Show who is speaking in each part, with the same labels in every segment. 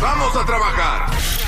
Speaker 1: Vamos a trabajar.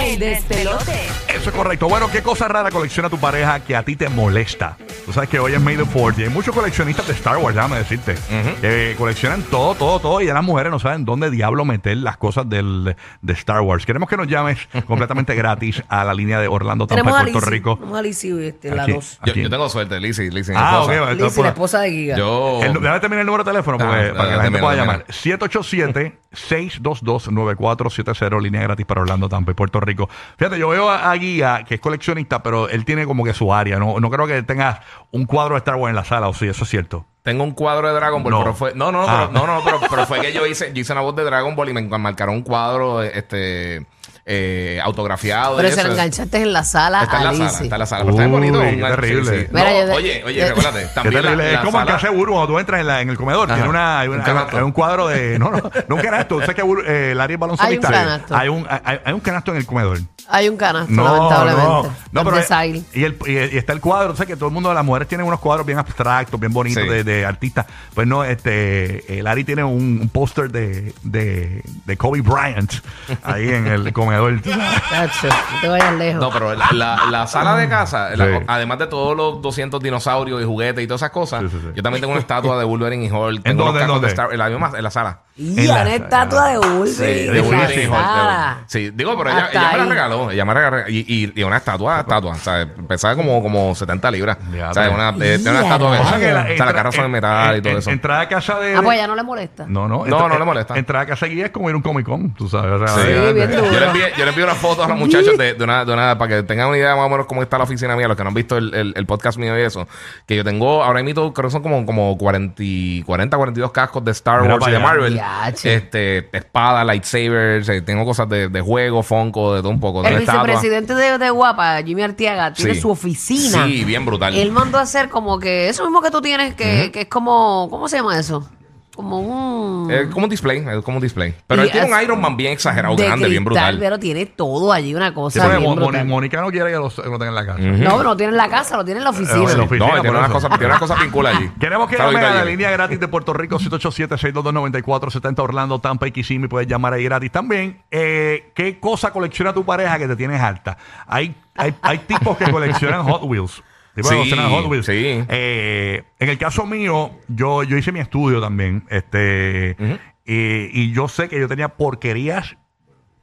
Speaker 2: El despelote.
Speaker 1: Eso es correcto. Bueno, ¿qué cosa rara colecciona tu pareja que a ti te molesta? Tú sabes que hoy es Made in 40 y hay muchos coleccionistas de Star Wars, déjame decirte, que coleccionan todo, todo, todo y ya las mujeres no saben dónde diablo meter las cosas del, de Star Wars. Queremos que nos llames completamente gratis a la línea de Orlando, Tampa,
Speaker 2: Tenemos a
Speaker 1: Puerto
Speaker 2: Lizzy.
Speaker 1: Rico.
Speaker 2: Tenemos a Lizzy, este, la
Speaker 1: Aquí,
Speaker 2: dos.
Speaker 3: Yo,
Speaker 1: aquí.
Speaker 3: yo tengo suerte, Lizzy, Lizzy. mi
Speaker 1: Ah, ok,
Speaker 3: esposa.
Speaker 1: vale, entonces,
Speaker 2: Lizzy, la
Speaker 1: pues,
Speaker 2: esposa de Giga.
Speaker 3: Yo.
Speaker 1: el- déjame terminar el número de teléfono porque-
Speaker 3: Ah,
Speaker 1: para que la
Speaker 3: déjame
Speaker 1: gente pueda
Speaker 3: terminar.
Speaker 1: llamar. 787-622-9470, línea gratis para Orlando, Tampa y Puerto Rico. Fíjate, yo veo a, a Guía, que es coleccionista, pero él tiene como que su área. No, no creo que tengas un cuadro de Star Wars en la sala, o sí, eso es cierto.
Speaker 3: Tengo un cuadro de Dragon Ball,
Speaker 1: No.
Speaker 3: pero fue. No, no, no,
Speaker 1: Ah.
Speaker 3: pero, no, no, pero, pero fue que yo hice, yo hice una voz de Dragon Ball y me marcaron un cuadro este, eh, autografiado.
Speaker 4: Pero
Speaker 3: y
Speaker 4: se
Speaker 3: eso.
Speaker 4: lo enganchaste en la sala
Speaker 3: Está en
Speaker 4: a
Speaker 3: la sala,
Speaker 4: Lizzy.
Speaker 3: está en la sala. Pero está bien bonito.
Speaker 1: Uy,
Speaker 3: un-
Speaker 1: qué terrible.
Speaker 3: sí, sí. No,
Speaker 4: Mira, yo-
Speaker 3: oye, oye,
Speaker 4: yo-
Speaker 3: recuérdate.
Speaker 1: Qué
Speaker 3: También la,
Speaker 1: terrible.
Speaker 3: la
Speaker 1: es como el que
Speaker 3: sala-
Speaker 1: hace Burbu cuando tú entras en, la- en el comedor.
Speaker 3: Ajá.
Speaker 1: Tiene una, hay
Speaker 3: Un
Speaker 1: una-
Speaker 3: canasto.
Speaker 1: hay un cuadro de. No, no, no un canasto. Usted que Burbu- eh, el área es baloncelista.
Speaker 4: Hay un canasto.
Speaker 1: Hay un, hay- hay un canasto en el comedor.
Speaker 4: Hay un canasto,
Speaker 1: No,
Speaker 4: lamentablemente.
Speaker 1: no, no,
Speaker 4: El
Speaker 1: pero
Speaker 4: de
Speaker 1: es-
Speaker 4: Sail.
Speaker 1: y, el, y, y está el cuadro, o sea que todo el mundo, las mujeres tienen unos cuadros bien abstractos, bien bonitos
Speaker 3: Sí.
Speaker 1: de, de artistas. Pues no, este, el Ari tiene un, un póster de, de, de Kobe Bryant ahí en el comedor. tú sabes.
Speaker 4: Tacho, no te vayas lejos.
Speaker 3: No, pero la, la- la sala de casa, la-
Speaker 1: Sí.
Speaker 3: además de todos los 200 dinosaurios y juguetes y todas esas cosas,
Speaker 1: Sí, sí, sí.
Speaker 3: yo también tengo una estatua de Wolverine y Hulk. Tengo
Speaker 1: dónde, en
Speaker 3: unos cascos de
Speaker 1: dónde?
Speaker 3: Star- en la misma- en la sala.
Speaker 4: y
Speaker 1: en la-
Speaker 4: una estatua de Wolverine.
Speaker 3: Sí,
Speaker 1: de
Speaker 3: de
Speaker 4: en la
Speaker 3: Wolverine y Hulk, de
Speaker 4: sala.
Speaker 3: Wolverine. Sí, digo, pero ella,
Speaker 4: Hasta
Speaker 3: ella me la
Speaker 4: ahí.
Speaker 3: regaló. Ella me la regaló. Y, y- y una estatua, estatua. O sea, pesaba como, como 70 libras.
Speaker 1: Ya,
Speaker 3: o sea,
Speaker 1: pero-
Speaker 3: una, eh,
Speaker 4: Ya,
Speaker 3: una estatua de
Speaker 4: O
Speaker 1: O sea, que
Speaker 3: O sea, la
Speaker 1: entra-
Speaker 3: carroza de
Speaker 1: en-
Speaker 3: metal y
Speaker 1: en-
Speaker 3: todo
Speaker 1: en-
Speaker 3: eso.
Speaker 1: Entrar a casa de.
Speaker 4: Ah, pues ya no le molesta.
Speaker 1: No, no.
Speaker 3: No, no le molesta.
Speaker 1: Entrar a casa guía es como ir a un Comic Con, tú sabes. o sea,
Speaker 3: Sí,
Speaker 1: de-
Speaker 4: bien
Speaker 1: de-
Speaker 4: duro.
Speaker 3: Yo les envié, yo les envié una foto a los muchachos de, de una, de una- para que tengan una idea más o menos cómo está la oficina mía, los que no han visto el, el- el podcast mío y eso. Que yo tengo, ahora mismo creo que son como, como 40, y- 40, 42 cascos de Star
Speaker 1: Mira
Speaker 3: Wars y
Speaker 1: para
Speaker 3: de
Speaker 1: allá.
Speaker 3: Marvel.
Speaker 4: Yache.
Speaker 3: Este, espada, lightsabers, eh, tengo cosas de, de juego, Funko, de todo un poco.
Speaker 4: El
Speaker 3: de estatuas.
Speaker 4: vicepresidente de, de Guapa, Jimmy Artiaga, tiene
Speaker 3: Sí.
Speaker 4: su oficina.
Speaker 3: Sí, bien brutal.
Speaker 4: Él mandó a hacer como que eso mismo que tú tienes, que, que es como, ¿cómo se llama eso? Como un...
Speaker 3: Es Eh, como un display, es como un display. Pero
Speaker 4: Y
Speaker 3: él tiene un
Speaker 4: hace-
Speaker 3: Iron Man bien exagerado,
Speaker 4: de
Speaker 3: grande, bien
Speaker 4: cristal,
Speaker 3: brutal.
Speaker 4: Pero tiene todo allí, una
Speaker 1: Sí,
Speaker 4: cosa
Speaker 1: porque
Speaker 4: bien
Speaker 1: Mo- Moni-
Speaker 4: brutal.
Speaker 1: Mónica no quiere que lo, que lo tenga en la casa.
Speaker 4: No, pero no tiene en la casa, lo tiene en la
Speaker 1: en Eh, la oficina,
Speaker 4: oficina.
Speaker 3: No, él
Speaker 1: por
Speaker 3: tiene unas
Speaker 1: eso.
Speaker 3: cosas, tiene unas cosas bien cool allí.
Speaker 1: Queremos que
Speaker 3: Está
Speaker 1: llamen a la
Speaker 3: brutal.
Speaker 1: línea gratis de Puerto Rico, 787-622-9470, Orlando, Tampa y Kissimmee. Puedes llamar ahí gratis también. eh, ¿Qué cosa colecciona tu pareja que te tienes alta? Hay, hay, hay tipos que coleccionan Hot Wheels. Tipos que
Speaker 3: Sí,
Speaker 1: coleccionan Hot Wheels.
Speaker 3: sí.
Speaker 1: Eh, en el caso mío, yo, yo hice mi estudio también. Este, eh, y yo sé que yo tenía porquerías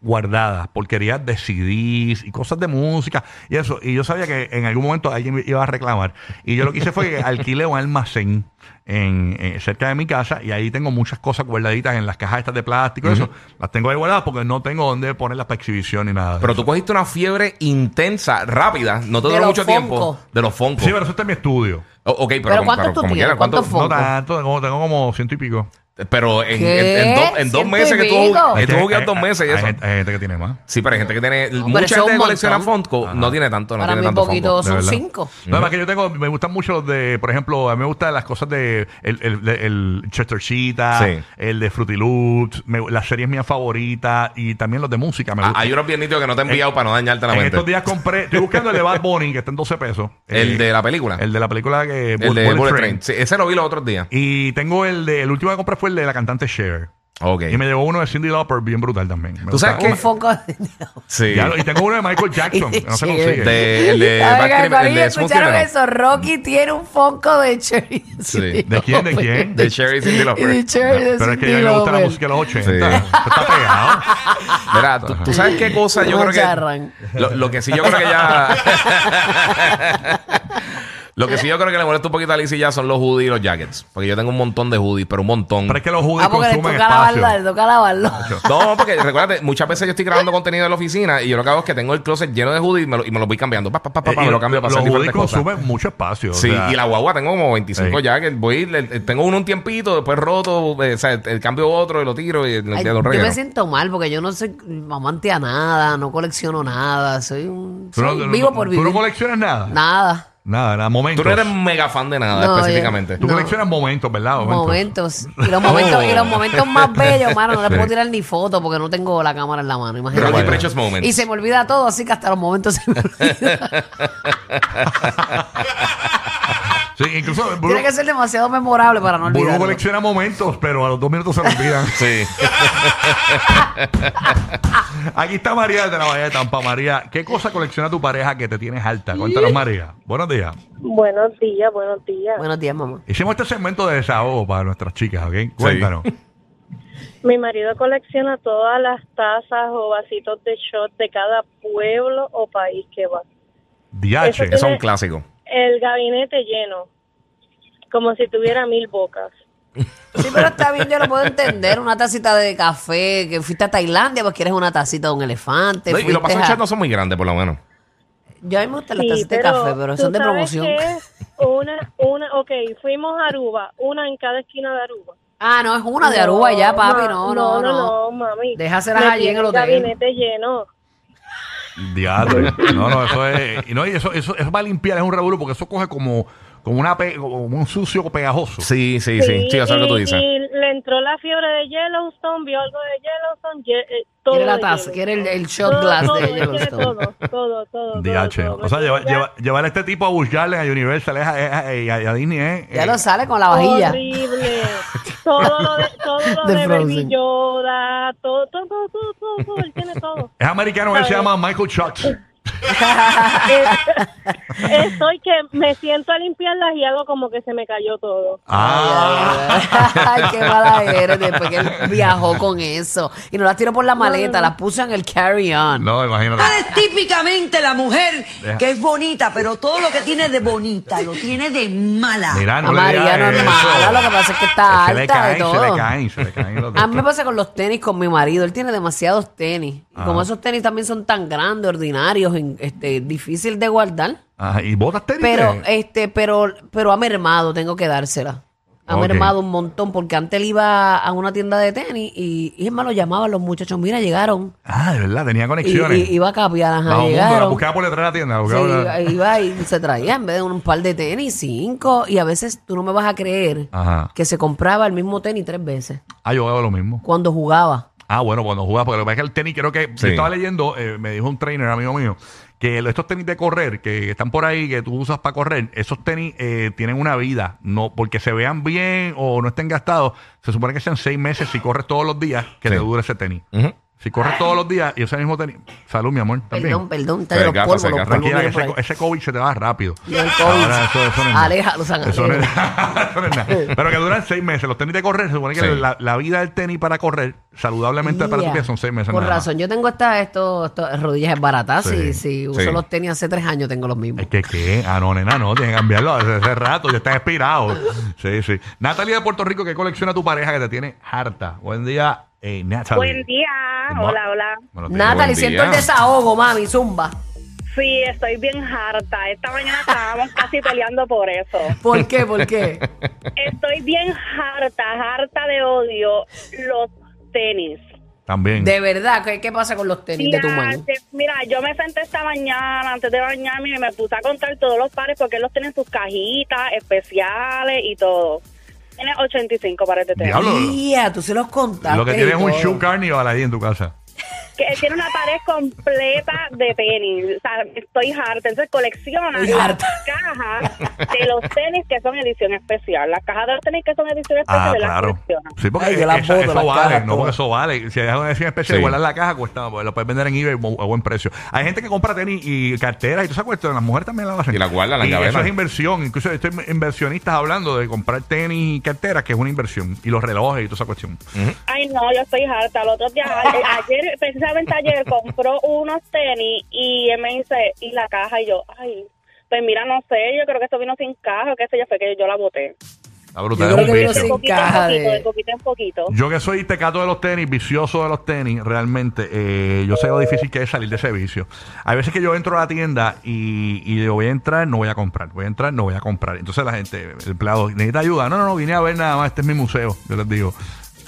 Speaker 1: guardadas, porquerías de CDs y cosas de música y eso. Y yo sabía que en algún momento alguien me iba a reclamar. Y yo lo que hice fue que alquilé un almacén en, en- cerca de mi casa y ahí tengo muchas cosas guardaditas en las cajas estas de plástico y eso. Las tengo ahí guardadas porque no tengo dónde ponerlas para exhibición ni nada. de
Speaker 3: Pero
Speaker 1: eso.
Speaker 3: tú cogiste una fiebre intensa, rápida, no te
Speaker 4: De
Speaker 3: duró
Speaker 4: los
Speaker 3: mucho tiempo.
Speaker 4: Funko.
Speaker 3: De los Funko.
Speaker 1: Sí, pero eso está en mi estudio.
Speaker 3: O- ok, pero,
Speaker 4: ¿Pero
Speaker 3: como-
Speaker 4: cuántos tú
Speaker 3: como
Speaker 4: tienes?
Speaker 3: quiera,
Speaker 4: ¿Cuántos
Speaker 1: No
Speaker 4: Poco.
Speaker 1: tanto, tengo, tengo como ciento y pico.
Speaker 3: Pero en, en,
Speaker 4: ¿Qué?
Speaker 3: en dos, en dos
Speaker 4: ¿Ciento y
Speaker 3: meses que tú,
Speaker 4: pico?
Speaker 3: que
Speaker 1: Hay
Speaker 3: tú
Speaker 1: gente-
Speaker 3: jugueas dos
Speaker 1: hay-
Speaker 3: meses y
Speaker 1: hay
Speaker 3: eso.
Speaker 1: gente- hay gente que tiene más.
Speaker 3: Sí, pero hay gente que tiene.
Speaker 4: pero eso
Speaker 3: mucha
Speaker 4: es
Speaker 3: gente
Speaker 4: un
Speaker 3: que colecciona
Speaker 4: montón.
Speaker 3: Funko no tiene tanto, no
Speaker 4: Para
Speaker 3: tiene
Speaker 4: mí un
Speaker 3: tanto
Speaker 4: poquito
Speaker 1: de
Speaker 3: Funko.
Speaker 4: son
Speaker 1: verdad.
Speaker 4: cinco.
Speaker 1: No, además que yo tengo, me gustan mucho los de, por ejemplo, a mí me gustan las cosas de el, el, de- el Chester Cheetah,
Speaker 3: Sí.
Speaker 1: el de Fruity Loops, me- las series mías favoritas y también los de música me
Speaker 3: Ah,
Speaker 1: gustan.
Speaker 3: Hay unos bien nítidos que no te he enviado para no dañarte la
Speaker 1: en estos
Speaker 3: mente.
Speaker 1: días compré, estoy buscando el de Bad Bunny que está en 12 pesos. Eh,
Speaker 3: El de la película.
Speaker 1: el de la película que
Speaker 3: El de Bullet Train. Sí, ese lo vi los otros días.
Speaker 1: Y tengo el de, el último que compré fue el de la cantante Cher.
Speaker 3: Ok.
Speaker 1: Y me llevó uno de Cindy Lauper bien brutal también. Me
Speaker 3: ¿Tú sabes
Speaker 1: gusta.
Speaker 3: qué?
Speaker 4: Un foco de...
Speaker 3: Sí.
Speaker 1: Ya lo- y tengo uno de Michael Jackson, que no se
Speaker 4: Cher.
Speaker 1: consigue.
Speaker 3: De-
Speaker 1: Eh,
Speaker 3: el de
Speaker 4: Ay,
Speaker 3: Backstreet-
Speaker 4: Gabriel,
Speaker 3: el de Smooth
Speaker 4: escucharon
Speaker 3: Criminal.
Speaker 4: eso. Rocky tiene un foco de Cherry.
Speaker 3: Sí.
Speaker 1: ¿De quién? ¿De quién?
Speaker 3: De Cherry Cindy
Speaker 4: Y de
Speaker 3: Lauper.
Speaker 4: Cherry de
Speaker 1: Pero es que a
Speaker 4: Cindy
Speaker 1: ella le gusta la
Speaker 4: Lauper.
Speaker 1: música de los 80.
Speaker 3: Sí.
Speaker 1: Está pegado. Ah,
Speaker 3: Mira, ¿tú, tú sabes qué cosa yo creo que.
Speaker 4: Macharran.
Speaker 3: Lo, lo que sí yo creo que ya. Lo que sí yo creo que le molesta un poquito a Lizzie ya son los hoodies y los jackets. Porque yo tengo un montón de hoodies, pero un montón.
Speaker 1: Pero es que los judíos
Speaker 4: Ah, porque le
Speaker 1: consumen
Speaker 4: toca lavarlo,
Speaker 1: espacio.
Speaker 4: le toca lavarlo.
Speaker 3: No, porque recuérdate, muchas veces yo estoy grabando contenido en la oficina y yo lo que hago es que tengo el closet lleno de hoodies y me lo, y me lo voy cambiando. Pa, pa, pa, pa,
Speaker 1: Eh,
Speaker 3: pa,
Speaker 1: y
Speaker 3: me lo cambio para hacer
Speaker 1: los judíos
Speaker 3: diferentes cosas.
Speaker 1: consumen mucho espacio. o
Speaker 3: Sí,
Speaker 1: sea,
Speaker 3: y la guagua tengo como 25
Speaker 1: Sí.
Speaker 3: jackets. Voy, le- le- tengo uno un tiempito, después roto, eh, o sea, el- cambio otro y lo tiro y lo
Speaker 4: Ay,
Speaker 3: tiro
Speaker 4: yo
Speaker 3: los
Speaker 4: me
Speaker 3: reyes.
Speaker 4: siento mal porque yo no soy amante a nada, no colecciono nada, soy un
Speaker 1: tú no-
Speaker 4: soy
Speaker 1: tú no-
Speaker 4: vivo por
Speaker 1: Tú
Speaker 4: vivir.
Speaker 1: no coleccionas nada.
Speaker 4: nada.
Speaker 1: Nada, nada,
Speaker 3: Tú
Speaker 1: momentos.
Speaker 3: no eres mega fan de nada
Speaker 4: No, yo-
Speaker 3: específicamente.
Speaker 1: Tú
Speaker 4: No.
Speaker 1: coleccionas momentos, ¿verdad?
Speaker 4: Momentos. Y los momentos, y los momentos más bellos, mano, no les puedo tirar ni foto porque no tengo la cámara en la mano,
Speaker 3: Pero
Speaker 4: imagínate.
Speaker 3: aquí precious moments.
Speaker 4: Y se me olvida todo, así que hasta los momentos se me olvida.
Speaker 1: Sí, incluso Burbu-
Speaker 4: Tiene que ser demasiado memorable para no
Speaker 1: Burbu
Speaker 4: olvidarlo.
Speaker 1: colecciona momentos, pero a los dos minutos se lo olvidan.
Speaker 3: Sí.
Speaker 1: Aquí está María de la Bahía de Tampa. María, ¿qué cosa colecciona tu pareja que te tienes alta? Cuéntanos, María. Buenos días.
Speaker 5: Buenos días, buenos días.
Speaker 4: Buenos días, mamá.
Speaker 1: Hicimos este segmento de desahogo para nuestras chicas, ¿ok? Cuéntanos.
Speaker 5: Mi marido colecciona todas las tazas o vasitos de shot de cada pueblo o país que va.
Speaker 1: Diache.
Speaker 5: Eso
Speaker 3: Eso es un
Speaker 5: Tiene-
Speaker 3: clásico.
Speaker 5: El gabinete lleno, como si tuviera mil bocas.
Speaker 4: Sí, pero está bien, yo lo puedo entender. Una tacita de café, que fuiste a Tailandia, pues quieres una tacita de un elefante.
Speaker 3: No, y los
Speaker 4: fuiste
Speaker 3: pasos
Speaker 4: a-
Speaker 3: chat no son muy grandes, por lo menos.
Speaker 4: Yo a mí me gustan las
Speaker 5: Sí,
Speaker 4: tacitas de café, pero
Speaker 5: ¿tú
Speaker 4: son de
Speaker 5: sabes
Speaker 4: promoción.
Speaker 5: qué es? Una, una, ok, fuimos a Aruba, una en cada esquina de Aruba.
Speaker 4: Ah, no, es una de Aruba ya, papi. No,
Speaker 5: ma-
Speaker 4: no, no.
Speaker 5: mami.
Speaker 4: Déjaselas
Speaker 5: Me
Speaker 4: allí en
Speaker 5: tiene
Speaker 4: el hotel.
Speaker 5: gabinete lleno.
Speaker 1: Diatre. No, no, eso es. y No, y eso, eso, eso para limpiar es un revuelo porque eso coge como, como, una pe- como un sucio pegajoso.
Speaker 3: Sí, sí, sí. Sí, yo sé lo que tú
Speaker 5: y-
Speaker 3: dices.
Speaker 5: Y le entró la fiebre de Yellowstone, vio algo de Yellowstone, ye- eh, todo
Speaker 4: Quiere la
Speaker 5: de
Speaker 4: taza,
Speaker 5: Yellowstone.
Speaker 4: quiere el, el shot glass
Speaker 5: todo,
Speaker 4: de
Speaker 5: todo, él quiere
Speaker 4: Yellowstone.
Speaker 5: Todo, todo, todo.
Speaker 1: Diache.
Speaker 5: todo, todo.
Speaker 1: O sea, lleva-
Speaker 5: Ya-
Speaker 1: lleva- llevar a este tipo a Bush Garden, a Universal, es a- es a- y a, y a Disney, ¿eh?
Speaker 4: Ya
Speaker 1: eh,
Speaker 4: lo sale con la vajilla.
Speaker 5: Horrible. Todo lo de, todo lo
Speaker 4: De
Speaker 5: de, Baby
Speaker 4: Frozen.
Speaker 5: Yoda, todo, todo, todo, todo, todo, todo, él tiene todo.
Speaker 1: Es americano, él se llama Michael Chucks.
Speaker 5: Eh, Estoy que me siento a limpiarlas y hago como que se me cayó todo.
Speaker 1: Ah,
Speaker 4: Ay, qué mala eres. Después que él viajó con eso. Y no las tiró por la maleta, las puso en el carry-on.
Speaker 1: no, imagínate.
Speaker 6: es típicamente la mujer
Speaker 1: Deja.
Speaker 6: que es bonita, pero todo lo que tiene de bonita lo tiene de mala.
Speaker 1: Mira, no
Speaker 4: a
Speaker 1: le
Speaker 4: María
Speaker 1: digas
Speaker 4: no es
Speaker 1: eso.
Speaker 4: mala, lo que pasa es que está
Speaker 1: se le
Speaker 4: alta de
Speaker 1: caen,
Speaker 4: todo.
Speaker 1: Se le caen, se le caen los de
Speaker 4: A mí me
Speaker 1: estos.
Speaker 4: pasa con los tenis con mi marido. Él tiene demasiados tenis.
Speaker 1: Ah.
Speaker 4: Y como esos tenis también son tan grandes, ordinarios, en- este, difícil de guardar.
Speaker 1: Ajá, Ah, ¿Y botas tenis?
Speaker 4: Pero, este, pero, pero ha mermado, tengo que dársela. Ha
Speaker 1: Ok.
Speaker 4: mermado un montón, porque antes él iba a una tienda de tenis y, y es más, lo llamaban los muchachos, mira, llegaron.
Speaker 1: Ah, de verdad, tenía
Speaker 4: Y,
Speaker 1: conexiones.
Speaker 4: y- iba a capiar, ajá,
Speaker 1: Bajo mundo, la
Speaker 4: llegaron.
Speaker 1: buscaba por detrás de la tienda. la
Speaker 4: Sí,
Speaker 1: buscaba por detrás.
Speaker 4: iba y se traía en vez de un par de tenis, cinco. Y a veces tú no me vas a creer
Speaker 1: Ajá.
Speaker 4: que se compraba el mismo tenis tres veces
Speaker 1: Ah, yo hago lo mismo.
Speaker 4: cuando jugaba.
Speaker 1: Ah, bueno, cuando jugaba, porque lo que pasa es que el tenis, creo que yo
Speaker 3: Sí.
Speaker 1: estaba leyendo, eh, me dijo un trainer, amigo mío, que lo- estos tenis de correr, que están por ahí, que tú usas para correr, esos tenis eh, tienen una vida, no porque se vean bien o no estén gastados, se supone que sean seis meses si corres todos los días que
Speaker 3: Sí.
Speaker 1: te dure ese tenis.
Speaker 3: Ujú.
Speaker 1: Si corres todos los días y ese mismo tenis, salud, mi amor, también.
Speaker 4: Perdón, perdón, está
Speaker 3: Se
Speaker 4: de los
Speaker 3: desgasta,
Speaker 4: polvos,
Speaker 3: se
Speaker 4: los
Speaker 3: desgasta.
Speaker 4: polvos
Speaker 1: Tranquila, que
Speaker 4: vienen
Speaker 1: ese,
Speaker 4: por ahí.
Speaker 1: ese COVID se te va rápido.
Speaker 4: Y el COVID.
Speaker 1: Ahora, eso- eso no es nada.
Speaker 4: Aléjalo, San
Speaker 1: Eso no es-
Speaker 4: Andrés.
Speaker 1: eso no es
Speaker 4: Eh.
Speaker 1: nada. Pero que duran seis meses. Los tenis de correr, se supone que
Speaker 3: Sí.
Speaker 1: la, la vida del tenis para correr, saludablemente para tu
Speaker 4: Mía.
Speaker 1: pie, son seis meses.
Speaker 4: Por
Speaker 1: nada más.
Speaker 4: razón, yo tengo estas estos, estos rodillas baratas.
Speaker 1: Sí,
Speaker 4: si, si uso
Speaker 3: sí.
Speaker 4: los tenis hace tres años, tengo los mismos.
Speaker 1: Es que, ¿qué? Ah, no, nena, no, tienes que cambiarlo hace, hace rato, ya estás expirado. Sí, sí. Natalia de Puerto Rico, ¿qué colecciona tu pareja que te tiene harta? Buen día, eh, Natalie.
Speaker 5: Buen día. Hola, hola.
Speaker 1: Buenos días.
Speaker 4: Natalie,
Speaker 3: buen
Speaker 4: siento el
Speaker 3: día.
Speaker 4: desahogo, mami, zumba.
Speaker 5: Sí, estoy bien harta. Esta mañana estábamos casi peleando por eso.
Speaker 4: ¿Por qué? ¿Por qué?
Speaker 5: Estoy bien harta, harta de odio los tenis.
Speaker 1: También.
Speaker 4: De verdad, ¿qué, qué pasa con los tenis de tu
Speaker 5: Mira,
Speaker 4: mano?
Speaker 5: te- mira, yo me senté esta mañana antes de bañarme y me puse a contar todos los pares porque los tienen sus cajitas especiales y todo. Tiene 85 pares de tenis.
Speaker 1: Diablo.
Speaker 4: Tía, tú se los contaste.
Speaker 1: Lo que
Speaker 4: y
Speaker 1: tienes es un
Speaker 4: todo.
Speaker 1: shoe carnival ahí en tu casa.
Speaker 5: Que tiene una pared completa de tenis. O sea, estoy harta. Entonces colecciona
Speaker 4: Estoy harta.
Speaker 5: las cajas de los tenis que son edición especial. Las cajas de los tenis que son edición especial
Speaker 1: Ah,
Speaker 5: de las
Speaker 1: claro.
Speaker 5: colecciona.
Speaker 1: Sí, porque
Speaker 4: Ay, yo las
Speaker 1: esa-
Speaker 4: boto,
Speaker 1: eso
Speaker 4: las
Speaker 1: vale,
Speaker 4: cajas
Speaker 1: no, porque
Speaker 4: todas.
Speaker 1: eso vale. Si dejas una edición especial,
Speaker 3: Sí.
Speaker 1: igual en la caja cuesta, pues, lo puedes vender en eBay mo- a buen precio. Hay gente que compra tenis y carteras y todas esas cuestiones. Las mujeres también las hacen.
Speaker 3: Y las guardan, las
Speaker 1: Y
Speaker 3: gavetan.
Speaker 1: Eso es inversión. Incluso estoy inversionistas hablando de comprar tenis y carteras, que es una inversión. Y los relojes y toda esa cuestión.
Speaker 3: Mm.
Speaker 5: Ay, no, yo estoy harta. El otro día, a- ayer, precisamente ayer, compró unos tenis y él me dice, y la caja, y yo, ay, Pues mira, no sé, yo creo que esto vino sin caja, que sé yo, fue que yo la boté.
Speaker 3: Está
Speaker 4: Yo
Speaker 3: brutal. es un
Speaker 4: creo que vino
Speaker 3: vicio.
Speaker 4: sin-
Speaker 5: poquito
Speaker 4: caja
Speaker 5: en poquito,
Speaker 4: de-
Speaker 5: de poquito en poquito.
Speaker 1: Yo que soy tecato de los tenis, vicioso de los tenis, realmente, eh, yo sé lo difícil que es salir de ese vicio. Hay veces que yo entro a la tienda y, y digo, voy a entrar, no voy a comprar, voy a entrar, no voy a comprar. Entonces la gente, el empleado, necesita ayuda. No, no, no, vine a ver nada más, este es mi museo, yo les digo.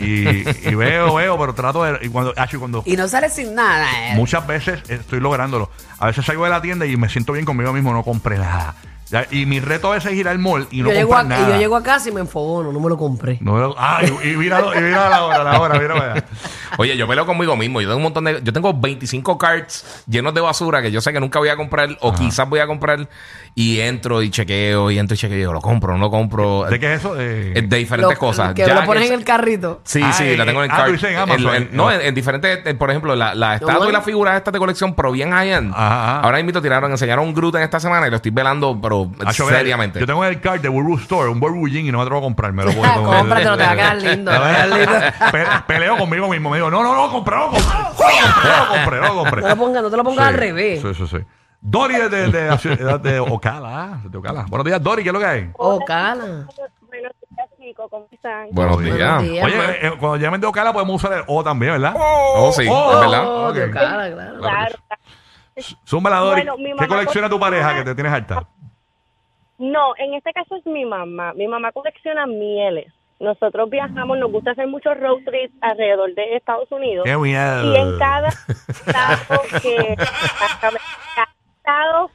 Speaker 1: Y, y veo, veo, pero trato de... Y cuando, acho, y cuando
Speaker 4: Y no sale sin nada. eh.
Speaker 1: muchas veces estoy lográndolo. A veces salgo de la tienda y me siento bien conmigo mismo, no compré nada. Ya, Y mi reto a veces es ir al mall y no
Speaker 4: yo, llego a,
Speaker 1: comprar
Speaker 4: y
Speaker 1: nada.
Speaker 4: yo llego a casa y me enfogono, no me lo compré.
Speaker 1: No veo- ah, y, y mira, lo- y mira la hora, la hora, mira para allá.
Speaker 3: Oye, yo peleo conmigo mismo. Yo tengo un montón de. Yo tengo 25 carts llenos de basura que yo sé que nunca voy a comprar o quizás voy a comprar. Y entro y chequeo, y entro y chequeo. Lo compro, no lo compro.
Speaker 1: ¿De qué es eso?
Speaker 3: Eh,
Speaker 1: De...
Speaker 3: De diferentes
Speaker 4: Lo-
Speaker 3: cosas.
Speaker 4: Que
Speaker 3: Ya
Speaker 4: lo pones
Speaker 3: es-
Speaker 4: en el carrito.
Speaker 3: Sí,
Speaker 1: Ah,
Speaker 3: sí,
Speaker 1: eh,
Speaker 3: la tengo en el
Speaker 1: ah,
Speaker 3: cart.
Speaker 1: tú dices en Amazon.
Speaker 3: En- en- no, en, en diferentes, eh, por ejemplo, la, la estatua
Speaker 4: bueno.
Speaker 3: y las figuras estas de colección, pero bien high end.
Speaker 1: Ajá, ajá.
Speaker 3: Ahora invito tiraron, enseñaron un Groot en esta semana y lo estoy velando, pero
Speaker 1: Acho, mira, ah,
Speaker 3: seriamente.
Speaker 1: Yo tengo en el card de Burbu Store, un Burbu Jean y no me atrevo a comprármelo. porque como que-
Speaker 4: Cómpratelo, te va a quedar lindo. te va a quedar lindo.
Speaker 1: Pe- peleo conmigo mismo. Me digo, no, no, no, compré, no, compré. No, compré, no, compré, no, compré.
Speaker 4: No, lo ponga- no te lo pongas
Speaker 1: Sí,
Speaker 4: al revés.
Speaker 1: Sí, sí, sí. Dori de, de, de la ciudad de Ocala. De Ocala. Buenos días, Dori, ¿qué es lo que hay?
Speaker 4: Oh, cala.
Speaker 5: Buenos días, chicos, ¿cómo están?
Speaker 3: Buenos días.
Speaker 4: días.
Speaker 1: Oye, eh, eh, cuando llamen de Ocala podemos usar el O también, ¿verdad?
Speaker 3: Oh, sí,
Speaker 1: Oh.
Speaker 3: es ¿verdad?
Speaker 4: Oh,
Speaker 1: Ok.
Speaker 4: Dios, cala, claro.
Speaker 5: Claro.
Speaker 1: Zúmbala, Dori.
Speaker 5: Bueno, mi mamá
Speaker 1: ¿Qué colecciona tu
Speaker 5: colecciona-
Speaker 1: pareja que te tienes harta?
Speaker 5: No, en este caso es mi mamá. Mi mamá colecciona mieles. Nosotros viajamos, nos gusta hacer muchos road trips alrededor de Estados Unidos.
Speaker 1: Qué miedo.
Speaker 5: Y en cada estado que, cada estado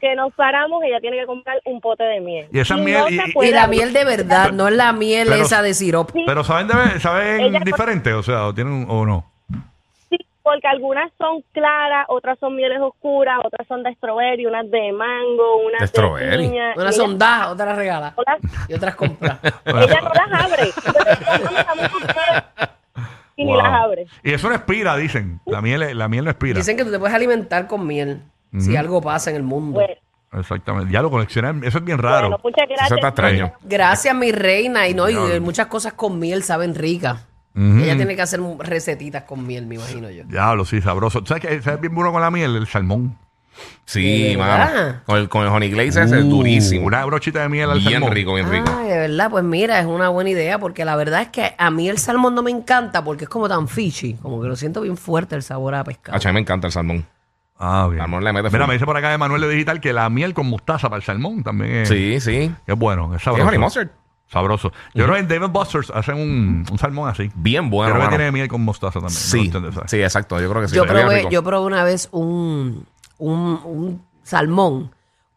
Speaker 5: que nos paramos, ella tiene que comprar un pote de miel.
Speaker 1: Y esa
Speaker 5: no
Speaker 1: miel-
Speaker 5: se
Speaker 1: y- y-
Speaker 4: Y
Speaker 5: puede
Speaker 4: la
Speaker 5: abrir.
Speaker 4: miel de verdad, no es la miel
Speaker 1: Pero-
Speaker 4: esa de sirope.
Speaker 1: Pero saben, de- saben
Speaker 5: Ella-
Speaker 1: diferente, o sea, o tienen un- o no.
Speaker 5: Sí, porque algunas son claras, otras son mieles oscuras, otras son de strawberry, unas de mango, unas
Speaker 3: De
Speaker 5: de,
Speaker 3: strawberry.
Speaker 5: piña,
Speaker 4: Unas
Speaker 5: y
Speaker 4: son
Speaker 5: ella-
Speaker 4: dadas, otras regalas.
Speaker 5: Hola.
Speaker 4: Y otras compras.
Speaker 5: Ella no las abre. y ni
Speaker 1: Wow.
Speaker 5: las abre.
Speaker 1: Y eso no expira, dicen. La miel, la miel no expira.
Speaker 4: Dicen que tú te puedes alimentar con miel si algo pasa en el mundo.
Speaker 5: Bueno,
Speaker 1: Exactamente. Ya lo coleccionan. Eso es bien raro.
Speaker 5: bueno, pues. muchas gracias.
Speaker 3: Eso está extraño.
Speaker 4: Gracias, mi reina. Y no, y
Speaker 1: Señor.
Speaker 4: eh, muchas cosas con miel saben ricas.
Speaker 1: Ujú.
Speaker 4: Ella tiene que hacer recetitas con miel, me imagino yo.
Speaker 1: Diablo, sí, sabroso. ¿Sabes qué? ¿Sabes bien bueno con la miel? El salmón.
Speaker 3: Sí,
Speaker 4: ¿De
Speaker 3: mano.
Speaker 4: verdad?
Speaker 3: Con el, con el honey glaze ese es
Speaker 1: Uh,
Speaker 3: durísimo.
Speaker 1: Una brochita de miel al
Speaker 3: Bien
Speaker 1: salmón.
Speaker 3: rico, bien rico.
Speaker 4: Ay, de verdad, pues mira, es una buena idea porque la verdad es que a mí el salmón no me encanta porque es como tan fishy, como que lo siento bien fuerte el sabor a pescado.
Speaker 3: Acho, a mí me encanta el salmón.
Speaker 1: Ah, bien.
Speaker 3: Salmón le mete
Speaker 1: Mira,
Speaker 3: full.
Speaker 1: me dice por acá de Manuel de Digital que la miel con mostaza para el salmón también es,
Speaker 3: Sí, sí.
Speaker 1: es bueno. Es
Speaker 3: Es
Speaker 1: sabroso.
Speaker 3: honey mustard.
Speaker 1: Sabroso. Yo creo que en David Busters hacen un, un salmón así.
Speaker 3: Bien
Speaker 1: Yo
Speaker 3: bueno,
Speaker 1: creo que
Speaker 3: mano.
Speaker 1: tiene miel con mostaza también. ¿no?
Speaker 3: Sí,
Speaker 1: Ustedes saben.
Speaker 3: sí, exacto. Yo creo que sí.
Speaker 4: yo,
Speaker 3: pero bien
Speaker 4: probé,
Speaker 3: rico.
Speaker 4: yo probé una vez un, un, un salmón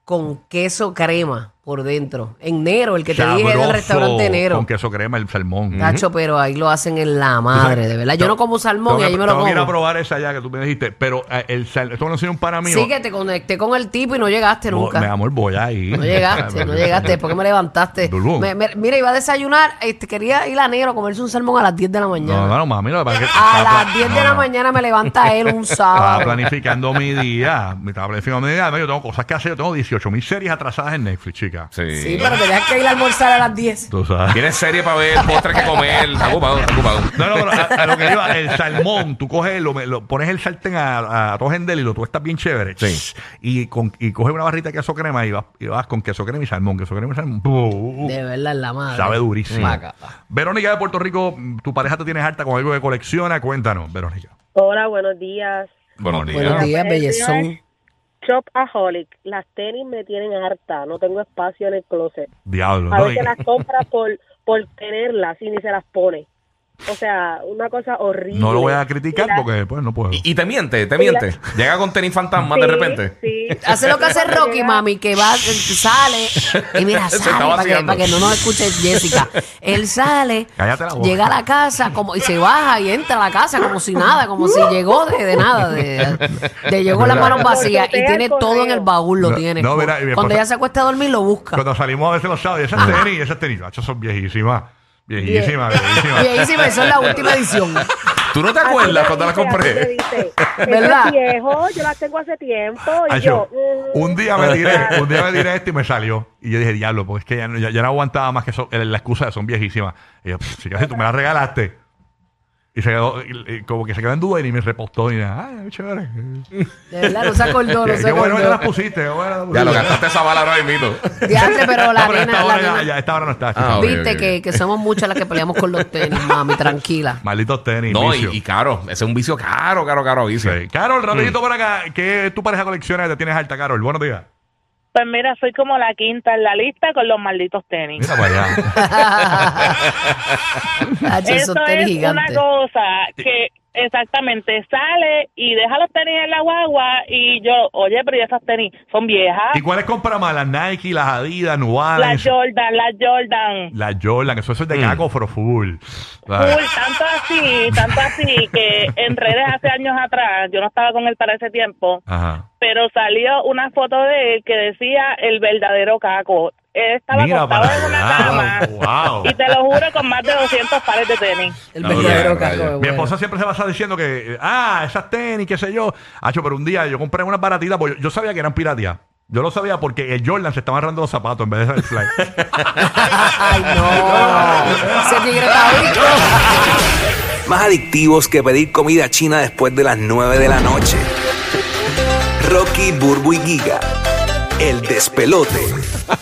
Speaker 4: con queso crema por dentro. En Nero, el que te dije del
Speaker 1: Sabroso,
Speaker 4: restaurante Nero.
Speaker 1: Con queso crema, el salmón.
Speaker 4: Tacho, pero ahí lo hacen en la madre, de verdad. Yo no como salmón
Speaker 1: Tengo
Speaker 4: y
Speaker 1: que-
Speaker 4: ahí me lo
Speaker 1: tengo que ir a
Speaker 4: como.
Speaker 1: probar esa ya que tú me dijiste. Pero eh, el sal, esto me lo enseñó un pana mío.
Speaker 4: Sí que te conecté con el tipo y no llegaste
Speaker 1: Bo-
Speaker 4: nunca.
Speaker 1: Me amor, voy ahí.
Speaker 4: No llegaste, no llegaste. Después que me levantaste.
Speaker 1: Dulú.
Speaker 4: Me- me- mira, iba a desayunar. Este, quería ir a negro a comerse un salmón a las 10 de la
Speaker 1: No,
Speaker 4: mañana.
Speaker 1: no, no, mami, lo que pasa es que-
Speaker 4: a
Speaker 1: estaba-
Speaker 4: las 10 de
Speaker 1: no,
Speaker 4: la
Speaker 1: no.
Speaker 4: mañana me levanta él un
Speaker 1: Estaba
Speaker 4: sábado.
Speaker 1: planificando mi día. Me estaba planificando mi día. Yo tengo cosas que hacer. Yo tengo 18 mil series atrasadas en Netflix, chica.
Speaker 3: Sí.
Speaker 4: Sí, pero tenías que ir a almorzar a las 10.
Speaker 1: Tú sabes.
Speaker 3: Tienes serie para ver, postres que comer. Está ocupado, está ocupado.
Speaker 1: No, no, pero a, a lo que iba, el salmón, tú coges, lo, lo- pones el sartén a, a rojendel y lo tuestas bien chévere.
Speaker 3: Sí.
Speaker 1: Y, con, y coges una barrita de queso crema y vas, y vas con queso crema y salmón, queso crema y salmón.
Speaker 4: De verdad, en la madre.
Speaker 1: Uh. Sabe durísimo.
Speaker 4: Maca.
Speaker 1: Verónica de Puerto Rico, tu pareja te tienes harta con algo que colecciona. Cuéntanos, Verónica.
Speaker 5: Hola, buenos días.
Speaker 3: Buenos
Speaker 4: Buenos
Speaker 3: días.
Speaker 4: días, bellezón.
Speaker 5: Shopaholic. Las tenis me tienen harta. No tengo espacio en el closet.
Speaker 1: Diablo.
Speaker 5: A
Speaker 1: ¿no?
Speaker 5: veces
Speaker 1: Y-
Speaker 5: las compra por, por tenerlas y ni se las pone. O sea, una cosa horrible.
Speaker 1: No lo voy a criticar
Speaker 5: Y la-
Speaker 1: porque pues no puedo.
Speaker 3: Y, y te miente, te miente. Llega con tenis fantasma de
Speaker 5: Sí,
Speaker 3: repente.
Speaker 5: sí.
Speaker 4: Hace lo que hace
Speaker 5: Cuando
Speaker 4: Rocky,
Speaker 5: llega-
Speaker 4: mami, que va, eh, sale. Y mira,
Speaker 3: Se
Speaker 4: sale
Speaker 3: está
Speaker 4: para que,
Speaker 3: vaciando.
Speaker 4: para que no nos escuche Jessica. Él sale,
Speaker 1: Cállate la boca.
Speaker 4: llega a la casa como y se baja y entra a la casa como si nada, como si llegó de, de nada, de, de llegó con las manos vacías. Y tiene todo en el baúl, lo
Speaker 1: No,
Speaker 4: tiene.
Speaker 1: no, mira, y mi
Speaker 4: Cuando
Speaker 1: esposa-
Speaker 4: ella se acuesta a dormir, lo busca.
Speaker 1: Cuando salimos a veces los sábados, y esas tenis, esas tenis, macho, son viejísimas. Viejísimas,
Speaker 4: Y ahí
Speaker 1: viejísimas.
Speaker 4: sí me hizo en la última edición.
Speaker 3: ¿Tú no te
Speaker 5: Así
Speaker 3: acuerdas
Speaker 5: me
Speaker 3: cuando las
Speaker 5: dice, así me
Speaker 3: compré?
Speaker 5: dice,
Speaker 4: ¿Verdad?
Speaker 5: "Eso es viejo, yo las tengo hace tiempo. Y
Speaker 1: Ay,
Speaker 5: yo,
Speaker 1: yo,
Speaker 5: mm,
Speaker 1: un día me diré, un día me diré esto y me salió. Y yo dije, diablo, porque es que ya no, ya- ya no aguantaba más que eso, la excusa de son viejísimas. Y yo, pff, si casi tú me las regalaste. Y se quedó, y- y como que se quedó en duda y ni me repostó ni nada. Ay, chévere.
Speaker 4: De verdad, no se acordó, no
Speaker 1: Qué,
Speaker 4: se
Speaker 1: qué bueno que
Speaker 4: acordó.
Speaker 1: las pusiste, qué bueno que las
Speaker 3: Ya lo
Speaker 1: pusiste.
Speaker 3: gastaste esa bala ahora mismo.
Speaker 4: Diantre, pero la
Speaker 1: No, Ah, pero
Speaker 4: nena,
Speaker 1: esta
Speaker 4: la
Speaker 1: hora ya-
Speaker 4: nena-
Speaker 1: ya- esta hora no está.
Speaker 3: Ah, ok,
Speaker 4: Viste
Speaker 3: ok.
Speaker 4: Que, que somos muchas las que peleamos con los tenis, mami, tranquila.
Speaker 1: Malditos tenis.
Speaker 3: No, y,
Speaker 1: vicio.
Speaker 3: y Mm. caro. Ese es un vicio caro, caro, caro vicio.
Speaker 1: Sí. Carol, rapidito por acá. ¿Qué tu pareja colecciona que te tienes alta, Carol? Buenos días.
Speaker 5: Pues mira, soy como la quinta en la lista con los malditos tenis.
Speaker 1: Mira para allá.
Speaker 4: Ah, Hacho,
Speaker 5: Eso
Speaker 4: esos tenis
Speaker 5: es
Speaker 4: gigantes.
Speaker 5: una cosa que exactamente sale y deja los tenis en la guagua y yo, oye, pero ¿y esas tenis son viejas?
Speaker 1: ¿Y cuáles compra más? Las Nike, las Adidas, New
Speaker 5: La
Speaker 1: Balance,
Speaker 5: Jordan, la Jordan.
Speaker 1: las Jordan, que eso
Speaker 3: Mm.
Speaker 1: eso es de caco for full.
Speaker 5: Full, tanto así, tanto así que en redes hace años atrás, yo no estaba con él para ese tiempo,
Speaker 1: Ajá.
Speaker 5: pero salió una foto de él que decía el verdadero caco. Él estaba
Speaker 1: Mira
Speaker 5: acostado
Speaker 1: para
Speaker 5: en una
Speaker 1: allá.
Speaker 5: cama
Speaker 1: Wow.
Speaker 5: y te lo juro con más de 200 pares de tenis.
Speaker 4: El
Speaker 3: No,
Speaker 4: verdadero
Speaker 3: ya,
Speaker 4: caco
Speaker 3: rayos.
Speaker 4: de
Speaker 1: Mi
Speaker 4: bueno.
Speaker 1: esposa siempre se pasa diciendo que, eh, ah, esas tenis, qué sé yo. Hacho, pero un día yo compré unas baratitas, porque yo, yo sabía que eran piratías. Yo lo sabía porque el Jordan se estaba agarrando los zapatos en vez de el fly.
Speaker 4: Ay, no. Ese tigre cabrón.
Speaker 7: Más adictivos que pedir comida china después de las 9 de la noche. Rocky, Burbu y Giga. El despelote.